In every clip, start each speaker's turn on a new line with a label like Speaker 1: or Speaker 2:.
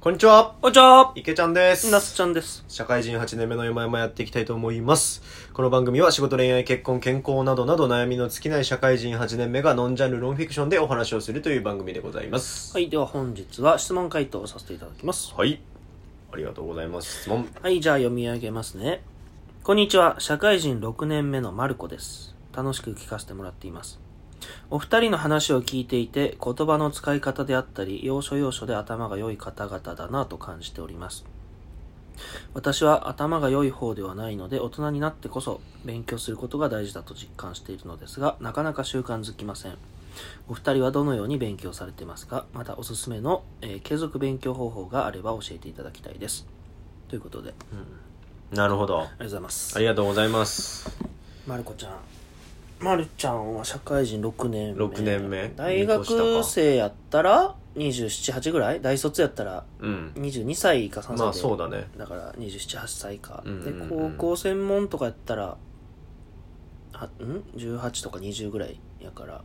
Speaker 1: こんにちは
Speaker 2: こんにちは
Speaker 1: 池ちゃんです
Speaker 2: なすちゃんです。
Speaker 1: 社会人8年目の山々やっていきたいと思います。この番組は仕事、恋愛、結婚、健康などなど悩みの尽きない社会人8年目がノンジャンルノンフィクションでお話をするという番組でございます。
Speaker 2: はい、では本日は質問回答をさせていただきます。
Speaker 1: はい。ありがとうございます。質問。
Speaker 2: はい、じゃあ読み上げますね。こんにちは、社会人6年目のまるこです。楽しく聞かせてもらっています。お二人の話を聞いていて、言葉の使い方であったり、要所要所で頭が良い方々だなと感じております。私は頭が良い方ではないので、大人になってこそ勉強することが大事だと実感しているのですが、なかなか習慣づきません。お二人はどのように勉強されてますかまたおすすめの、えー継続勉強方法があれば教えていただきたいです。ということで、
Speaker 1: なるほど。
Speaker 2: ありがとうございます。
Speaker 1: ありがとうございます。
Speaker 2: まるこちゃん。まるちゃんは社会人6年目。
Speaker 1: 6年目
Speaker 2: 大学生やったら27、8ぐらい大卒やったら
Speaker 1: うん。
Speaker 2: 22歳か3歳で。
Speaker 1: まあそうだね。
Speaker 2: だから27、8歳か。
Speaker 1: うんうんうん
Speaker 2: で、高校専門とかやったら、はん ?18 とか20ぐらいやから、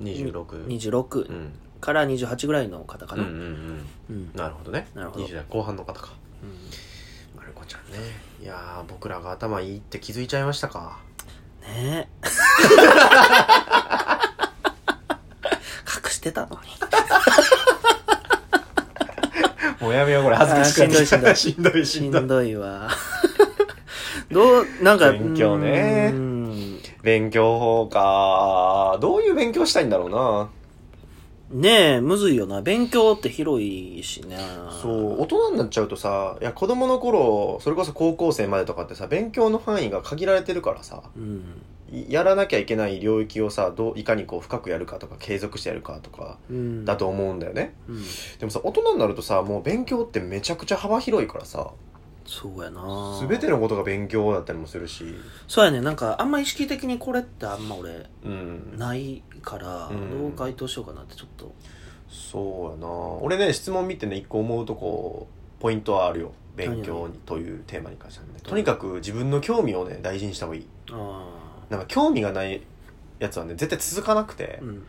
Speaker 1: 26。う
Speaker 2: 26
Speaker 1: ん。
Speaker 2: から28ぐらいの方か
Speaker 1: うんう
Speaker 2: な。
Speaker 1: んうん。
Speaker 2: うん
Speaker 1: なるほどね。
Speaker 2: なるほど
Speaker 1: 20代後半の方か。
Speaker 2: うん
Speaker 1: まるこちゃんね。いやー、僕らが頭いいって気づいちゃいましたか。
Speaker 2: ねえ。隠してたのに。
Speaker 1: もうやめよう、これ恥ずかしくなってきた
Speaker 2: あーし
Speaker 1: しんどい、し
Speaker 2: し
Speaker 1: ん
Speaker 2: ん
Speaker 1: どい。
Speaker 2: どいわ。どう、なんか、
Speaker 1: 勉強ね
Speaker 2: うーん
Speaker 1: 勉強法か。どういう勉強したいんだろう
Speaker 2: ねえ、むずいよな。勉強って広いしね。
Speaker 1: な。そう、大人になっちゃうとさ、いや、子供の頃、それこそ高校生までとかってさ、勉強の範囲が限られてるからさ、
Speaker 2: う。うん。
Speaker 1: いやらなきゃいけない領域をさ、どう、いかにこう深くやるかとか、継続してやるかとか、
Speaker 2: うん。
Speaker 1: だと思うんだよね。
Speaker 2: うん。
Speaker 1: でもさ、大人になるとさ、もう勉強ってめちゃくちゃ幅広いからさ、
Speaker 2: そうやな。
Speaker 1: すべてのことが勉強だったりもするし、
Speaker 2: そうやね。なんか、あんま意識的にこれってあんま俺、
Speaker 1: うん。
Speaker 2: ないから、
Speaker 1: うん
Speaker 2: どう回答しようかなってちょっと。
Speaker 1: そうやな俺ね質問見てね一個思うとこポイントはあるよ勉強
Speaker 2: 何
Speaker 1: にというテーマに関してはねとにかく自分の興味をね大事にした方がいい
Speaker 2: あ
Speaker 1: なんか興味がないやつはね絶対続かなくて
Speaker 2: あ。うんうんうん。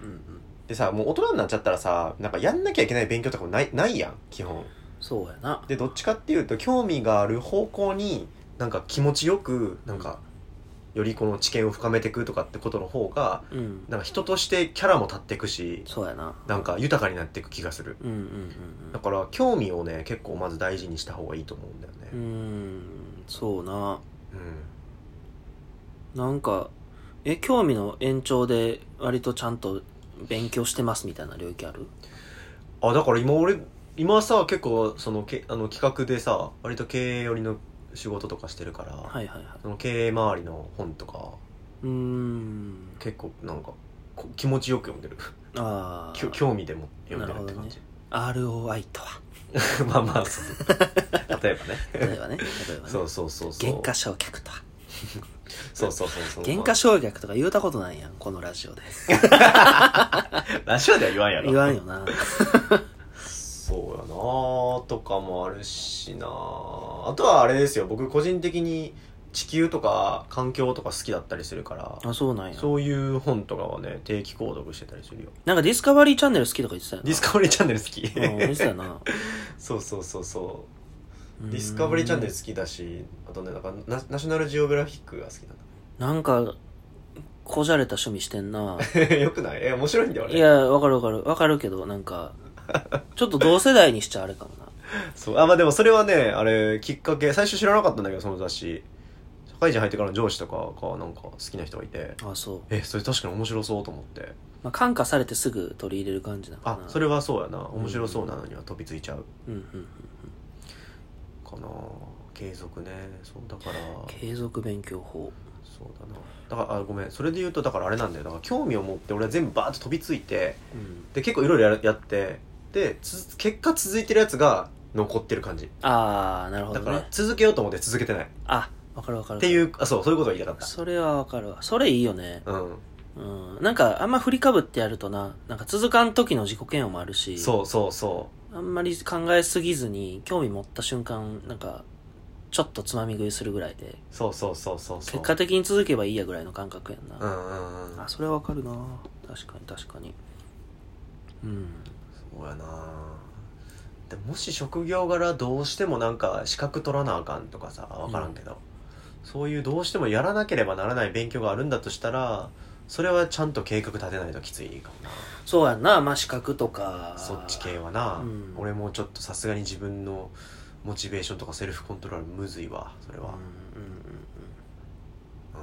Speaker 1: でさもう大人になっちゃったらさなんかやんなきゃいけない勉強とかもないないやん基本
Speaker 2: そうやな。
Speaker 1: でどっちかっていうと興味がある方向になんか気持ちよくなんかよりこの知見を深めていくとかってことの方が
Speaker 2: うん。
Speaker 1: なんか人としてキャラも立っていくし
Speaker 2: そうやな。
Speaker 1: なんか豊かになっていく気がする
Speaker 2: うんうん
Speaker 1: だから興味をね結構まず大事にした方がいいと思うんだよ
Speaker 2: う
Speaker 1: ね
Speaker 2: んうん。うーん、そうな。
Speaker 1: う
Speaker 2: なんか、え、興味の延長で割とちゃんと勉強してますみたいな領域ある
Speaker 1: んあだから今俺今さ結構そのけあの企画でさ割と経営寄りの仕事とかしてるから、
Speaker 2: はいはいはい。
Speaker 1: その経営周りの本とか
Speaker 2: うーん。
Speaker 1: 結構なんかこ気持ちよく読んでる
Speaker 2: あ
Speaker 1: きょ
Speaker 2: あ。
Speaker 1: 興味でも読んでるって感じ、
Speaker 2: ROI とは。
Speaker 1: まあまあそう 例えばね
Speaker 2: 例えばね。例えばね。
Speaker 1: そうそうそうそう
Speaker 2: 原価償却とは。
Speaker 1: そうそうそうそう
Speaker 2: 原価償却とか言うたことないやん、このラジオで。
Speaker 1: ラジオでは言わんやろ
Speaker 2: 言わんよな。
Speaker 1: そうやなーとかもあるしなーあとはあれですよ僕個人的に地球とか環境とか好きだったりするから
Speaker 2: あ、そうなんや。
Speaker 1: そういう本とかはね定期購読してたりするよ
Speaker 2: なんかディスカバリーチャンネル好きとか言ってたよな。
Speaker 1: ディスカバリーチャンネル好き
Speaker 2: うん言ってたよな。
Speaker 1: そうそうそうそう ディスカバリーチャンネル好きだしあとねなんかナナショナルジオグラフィックが好きな
Speaker 2: なんか、こじゃれた趣味して んな。
Speaker 1: んだよくないえ面白いんだよあれ
Speaker 2: いや、わかるわかる。わかるけど、なんか、ちょっと同世代にしちゃあれかもな。
Speaker 1: そうあまあでもそれはねあれきっかけ最初知らなかったんだけどその雑誌社会人入ってからの上司とかがなんか好きな人がいて
Speaker 2: あそう。
Speaker 1: えそれ確かに面白そうと思って
Speaker 2: まあ、感化されてすぐ取り入れる感じなのか
Speaker 1: あ
Speaker 2: な。
Speaker 1: それはそうやな面白そうなのには飛びついちゃう
Speaker 2: うんうんうん。
Speaker 1: かな継続ねそうだから
Speaker 2: 継続勉強法。
Speaker 1: そうだなだからあごめんそれで言うとだからあれなんだよだから興味を持って俺は全部バーッと飛びついて
Speaker 2: うん。
Speaker 1: で結構いろいろややってでつ結果続いてるやつが残ってる感じ
Speaker 2: あー、なるほ
Speaker 1: だ
Speaker 2: ど
Speaker 1: から
Speaker 2: ね。
Speaker 1: 続けようと思って続けてないっ
Speaker 2: あ、わかるわかる。
Speaker 1: てい。うあそうそういうことを言いたかっ
Speaker 2: それはわかるわ。それいいよね。
Speaker 1: たうん
Speaker 2: うん。なんか、あんま振りかぶってやるとな、なんか続かん時の自己嫌悪もあるし、
Speaker 1: そうそうそう
Speaker 2: あんまり考えすぎずに、興味持った瞬間、なんか、ちょっとつまみ食いするぐらいで、
Speaker 1: そうそうそうそうそう
Speaker 2: 結果的に続けばいいやぐらいの感覚やんな。
Speaker 1: うんうんうん
Speaker 2: あそれはわかるな確かに確かにうん
Speaker 1: そうやなでもし職業柄どうしてもなんか資格取らなあかんとかさ分からんけど、そういうどうしてもやらなければならない勉強があるんだとしたらそれはちゃんと計画立てないときついかもな
Speaker 2: そうやんなまあ資格とか
Speaker 1: そっち系はな、
Speaker 2: うん
Speaker 1: 俺もちょっとさすがに自分のモチベーションとかセルフコントロールむずいわそれ
Speaker 2: うんう
Speaker 1: は
Speaker 2: んうんうん
Speaker 1: う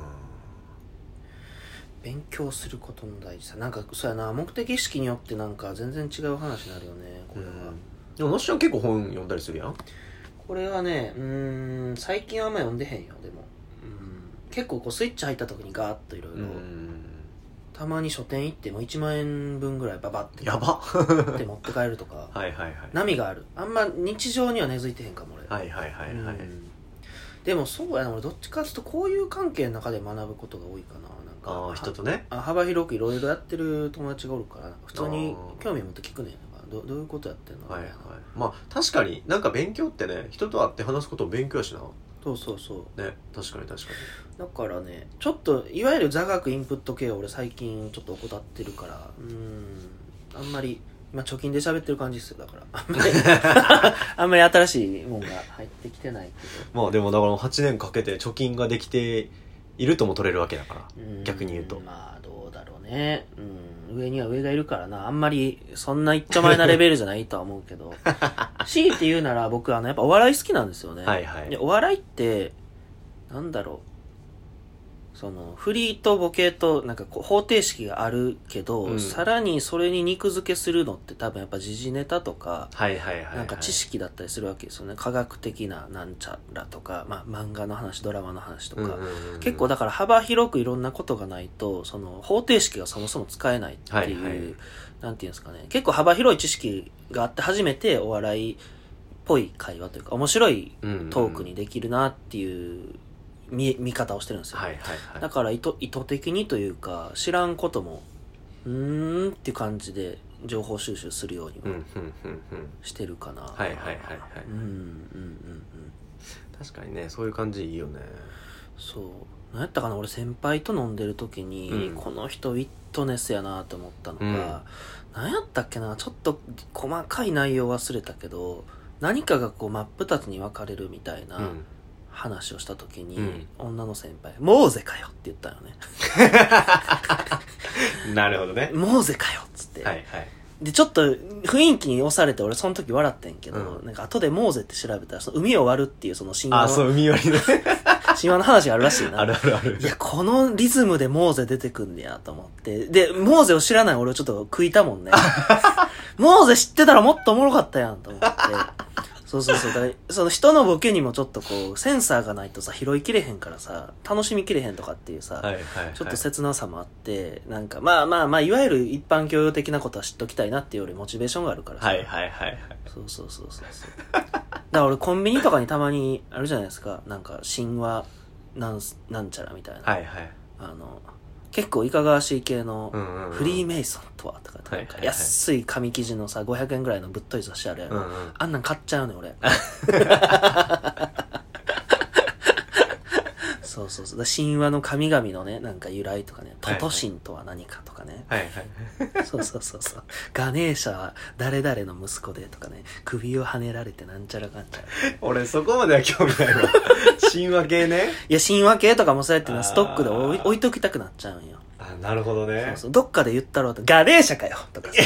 Speaker 2: 勉強することの大事さなんかそうやな目的意識によってなんか全然違う話になるよねこ
Speaker 1: ん、
Speaker 2: れは、
Speaker 1: でものっしは結構本読んだりするやん
Speaker 2: これはねうーん最近はあんま読んでへんよでもうん結構こうスイッチ入った時にガーッといろいうろ
Speaker 1: ん
Speaker 2: たまに書店行っても1万円分ぐらいババって
Speaker 1: やば
Speaker 2: 買って持って帰るとか
Speaker 1: はいはいはい
Speaker 2: 波があるあんま日常には根付いてへんかも俺
Speaker 1: はいはいはいはい、
Speaker 2: うんでもそうやな俺どっちかっていうとこういう関係の中で学ぶことが多いかななんか
Speaker 1: ああ
Speaker 2: は
Speaker 1: 人とね
Speaker 2: あ幅広くいろいろやってる友達がおるからなんか普通に
Speaker 1: あー
Speaker 2: 興味持って聞くねんなんかどどういうことやってんの
Speaker 1: はいはい
Speaker 2: みたいな
Speaker 1: まあ確かになんか勉強ってね人と会って話すことも勉強やし
Speaker 2: そうそうそう
Speaker 1: なね確かに確か
Speaker 2: だからねちょっといわゆる座学インプット系を俺最近ちょっと怠ってるからうんあんまり今貯金で喋ってる感じっすよだからあんまり あんまり新しいもんが入ってきてない
Speaker 1: にまあでもだから8年かけて貯金ができているとも取れるわけだから
Speaker 2: けどうん
Speaker 1: 逆に言うと
Speaker 2: まあどうだろうねうん上には上がいるからなあんまりそんな一丁前なレベルじゃないとは思うけ ど強いて言うなら僕あのやっぱお笑い好きなんですよね
Speaker 1: はいはい
Speaker 2: でお笑いってなんだろうそのフリーとボケとなんかこう方程式があるけど、
Speaker 1: うん
Speaker 2: さらにそれに肉付けするのって多分やっぱ時事ネタとか、
Speaker 1: はいはいはいはい
Speaker 2: なんか知識だったりするわけですよね科学的ななんちゃらとか、まあ、漫画の話ドラマの話とか、
Speaker 1: うんうんうん
Speaker 2: 結構だから幅広くいろんなことがないとその方程式がそもそも使えないっていう、
Speaker 1: はいはい
Speaker 2: なんていうんですかね結構幅広い知識があって初めてお笑いっぽい会話というか面白い
Speaker 1: うんうん
Speaker 2: トークにできるなっていう見見方をしてるんですよ、
Speaker 1: はいはいは
Speaker 2: だ
Speaker 1: い
Speaker 2: から意図意図的にというか知らんこともうーんっていう感じで情報収集するように
Speaker 1: うんうんう
Speaker 2: は
Speaker 1: んうん
Speaker 2: してるかな、
Speaker 1: はいはいはいはい
Speaker 2: うんうんうんうん
Speaker 1: 確かにねそういう感じいいよね
Speaker 2: そう何やったかな俺先輩と飲んでる時に、
Speaker 1: うん
Speaker 2: この人ウィットネスやなと思ったのが、
Speaker 1: うん
Speaker 2: 何やったっけなちょっと細かい内容忘れたけど何かがこう真っ二つに分かれるみたいな、
Speaker 1: うん
Speaker 2: 話をした時に、
Speaker 1: うん
Speaker 2: 女の先輩「モーゼかよ」って言ったよね
Speaker 1: なるほど
Speaker 2: 「
Speaker 1: ね
Speaker 2: モーゼかよ」っつって、
Speaker 1: はいはい
Speaker 2: でちょっと雰囲気に押されて俺その時笑ってんけど、
Speaker 1: うん
Speaker 2: なんか後でモーゼって調べたらその海を割るっていうその神
Speaker 1: あ
Speaker 2: 話
Speaker 1: あそう
Speaker 2: の
Speaker 1: 海割りね
Speaker 2: 神話の話があるらしい な
Speaker 1: あるあるある
Speaker 2: いやこのリズムでモーゼ出てくんねやと思っ てでモーゼを知らない俺をちょっと食いたもんねモーゼ知ってたらもっとおもろかったやんと思ってそうそうそうだからその人のボケにもちょっとこうセンサーがないとさ拾いきれへんからさ楽しみきれへんとかっていうさ、
Speaker 1: はいはいはい
Speaker 2: ちょっと切なさもあって、なんか、まあまあまあ、いわゆる一般教養的なことは知っときたいなっていうよりモチベーションがあるからさ。
Speaker 1: はいはいはいはい
Speaker 2: そうそうそうそうそう。だから俺コンビニとかにたまにあるじゃないですか。なんか、神話なんすなんちゃらみたいな。
Speaker 1: はいはい
Speaker 2: あの、結構いかがわしい系の、
Speaker 1: うんうんうん
Speaker 2: フリーメイソンとはとかって、なん
Speaker 1: はいはい
Speaker 2: か
Speaker 1: はい
Speaker 2: 安い紙生地のさ、500円ぐらいのぶっとい雑誌あるや
Speaker 1: うん
Speaker 2: ろ。
Speaker 1: うん
Speaker 2: あんなん買っちゃうね ん俺。そうそうそう。だから神話の神々のね、なんか由来とかね、
Speaker 1: はい
Speaker 2: ト
Speaker 1: はい
Speaker 2: ト神とは何かとかね。
Speaker 1: はいはい
Speaker 2: そうそうそうそう。ガネーシャは誰々の息子でとかね、首をはねられてなんちゃらかんちゃら。
Speaker 1: 俺そこまでは興味 ないわ神話系ね
Speaker 2: いや、神話系とかもそうやってな、ストックで置い
Speaker 1: あー
Speaker 2: 置いときたくなっちゃうんよ。
Speaker 1: あなるほど
Speaker 2: そ
Speaker 1: ね
Speaker 2: うそう。どっかで言ったろうと、ガネーシャかよとかさ。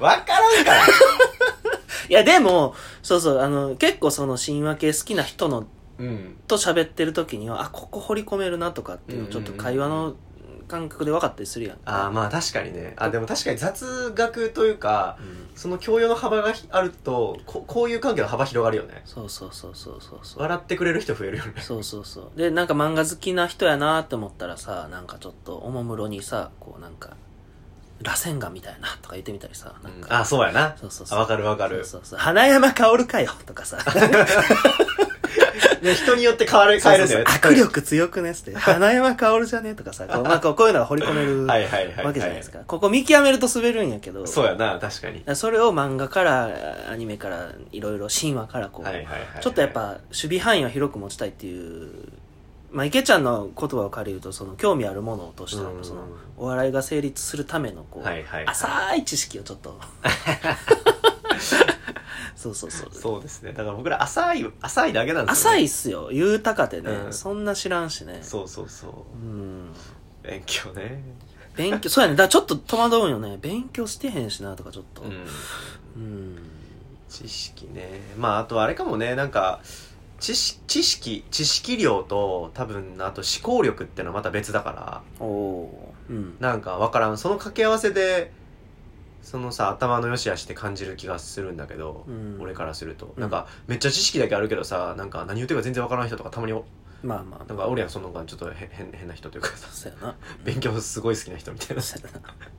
Speaker 1: わからんから
Speaker 2: いや、でも、そうそう、あの、結構その神話系好きな人の
Speaker 1: うん
Speaker 2: と喋ってる時にはあここ掘り込めるなとかっていうのちょっと会話の感覚で分かったりするやん
Speaker 1: ああまあ確かにねあでも確かに雑学というか
Speaker 2: うん
Speaker 1: その教養の幅があるとここういう関係の幅広がるよね
Speaker 2: そうそうそうそうそうそう
Speaker 1: 笑ってくれる人増えるよね
Speaker 2: そうそうそうでなんか漫画好きな人やなって思ったらさなんかちょっとおもむろにさこうなんか螺旋岩みたいなとか言ってみたりさなんか、
Speaker 1: あそうやな
Speaker 2: そうそうそ
Speaker 1: あ
Speaker 2: う
Speaker 1: わかるわかる
Speaker 2: そうそうそう花山薫かよとか さ
Speaker 1: ね人によって変わる変えるんだよね
Speaker 2: そうそうそう握力強くねっつって花山薫じゃねとかさこう,、まあ、こうこういうのが掘り込める
Speaker 1: はいはいはいはい
Speaker 2: わけじゃないですか、ここ見極めると滑るんやけど
Speaker 1: そうやな確かに
Speaker 2: だからそれを漫画からアニメからいろいろ神話からこう、
Speaker 1: はいはいはいはい
Speaker 2: ちょっとやっぱ守備範囲を広く持ちたいっていうまあ池ちゃんの言葉を借りるとその興味あるものをとして
Speaker 1: うん
Speaker 2: そのお笑いが成立するためのこ う、
Speaker 1: はいはい
Speaker 2: 浅い知識をちょっとそうそうそう
Speaker 1: そうですねだから僕ら浅い浅いだけなんですよ
Speaker 2: 浅い
Speaker 1: ね
Speaker 2: っすよ豊かでね、
Speaker 1: うん
Speaker 2: そんな知らんしね
Speaker 1: そうそうそ
Speaker 2: う
Speaker 1: う
Speaker 2: ん
Speaker 1: 勉強ね
Speaker 2: 勉強そうやねだからちょっと戸惑うんよね勉強してへんしなとかちょっと
Speaker 1: うん
Speaker 2: うん
Speaker 1: 知識ねまああとあれかもねなんか知識知識知識量と多分あと思考力ってのはまた別だから
Speaker 2: おおーうん
Speaker 1: なんかわからんその掛け合わせでそのさ頭の良し悪しって感じる気がするんだけど、
Speaker 2: うん
Speaker 1: 俺からすると、
Speaker 2: うん
Speaker 1: なんかめっちゃ知識だけあるけどさなんか何言ってるか全然わからん人とかたまにお
Speaker 2: まあまあ
Speaker 1: なんかおるやんそのちょっとへ変変な人というかさ
Speaker 2: そうやな
Speaker 1: 勉強すごい好きな人みたいな
Speaker 2: そう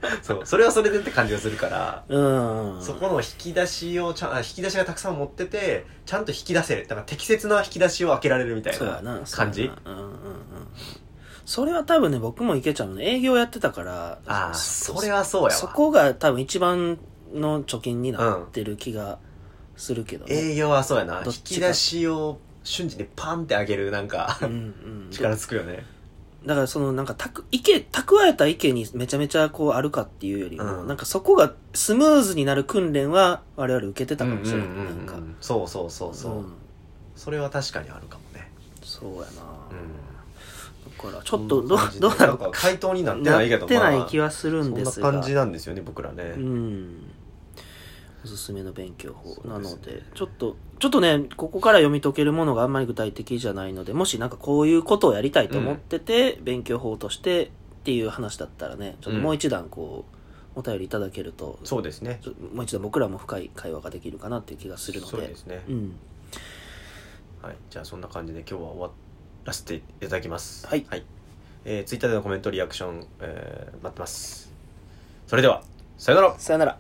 Speaker 2: やな
Speaker 1: そうそれはそれでって感じがするから
Speaker 2: うん
Speaker 1: そこの引き出しをちゃんあ引き出しがたくさん持っててちゃんと引き出せるだから適切な引き出しを開けられるみたい
Speaker 2: そうや
Speaker 1: な
Speaker 2: な
Speaker 1: 感じ
Speaker 2: そうやなうんうんうんそれは多分ね僕もいけちゃうの営業やってたから
Speaker 1: ああそれはそうやわ
Speaker 2: そこが多分一番の貯金になってる気がするけどね、
Speaker 1: 営業はそうやな引
Speaker 2: どっち
Speaker 1: き
Speaker 2: か
Speaker 1: 出しを瞬時にパンって開けるなんか
Speaker 2: うんうん、
Speaker 1: 力つくよね
Speaker 2: だからそのなんかたく池蓄えた池にめちゃめちゃこうあるかっていうよりも、
Speaker 1: うん
Speaker 2: なんかそこがスムーズになる訓練は我々受けてた
Speaker 1: うん
Speaker 2: か
Speaker 1: うん
Speaker 2: もしれない、
Speaker 1: うん
Speaker 2: なんか、
Speaker 1: うんそうそうそうそう、
Speaker 2: ん
Speaker 1: それは確かにあるかもね
Speaker 2: そうやな、
Speaker 1: うん
Speaker 2: だからちょっとどう
Speaker 1: そんな感
Speaker 2: どう
Speaker 1: じ
Speaker 2: なる
Speaker 1: ん
Speaker 2: か
Speaker 1: か回答になって
Speaker 2: な
Speaker 1: な
Speaker 2: っ
Speaker 1: いけど
Speaker 2: てな
Speaker 1: ま
Speaker 2: い
Speaker 1: あ
Speaker 2: 気はするんですが、
Speaker 1: そんな感じなんですよね僕らね、
Speaker 2: うんおすすめの勉強法なの
Speaker 1: そう
Speaker 2: で
Speaker 1: ですね
Speaker 2: ちょっとちょっとねここから読み解けるものがあんまり具体的じゃないのでもしなんかこういうことをやりたいと思ってて、勉強法としてっていう話だったらねちょっともう一段こう、お便りいただけると
Speaker 1: そうですね
Speaker 2: ちょっともう一度僕らも深い会話ができるかなっていう気がするので
Speaker 1: そうですね、
Speaker 2: うん、
Speaker 1: はい、じゃあそんな感じで今日は終わらせていただきます
Speaker 2: はい
Speaker 1: えツイッター Twitter でのコメントリアクション、えー待ってますそれではさよなら
Speaker 2: さよなら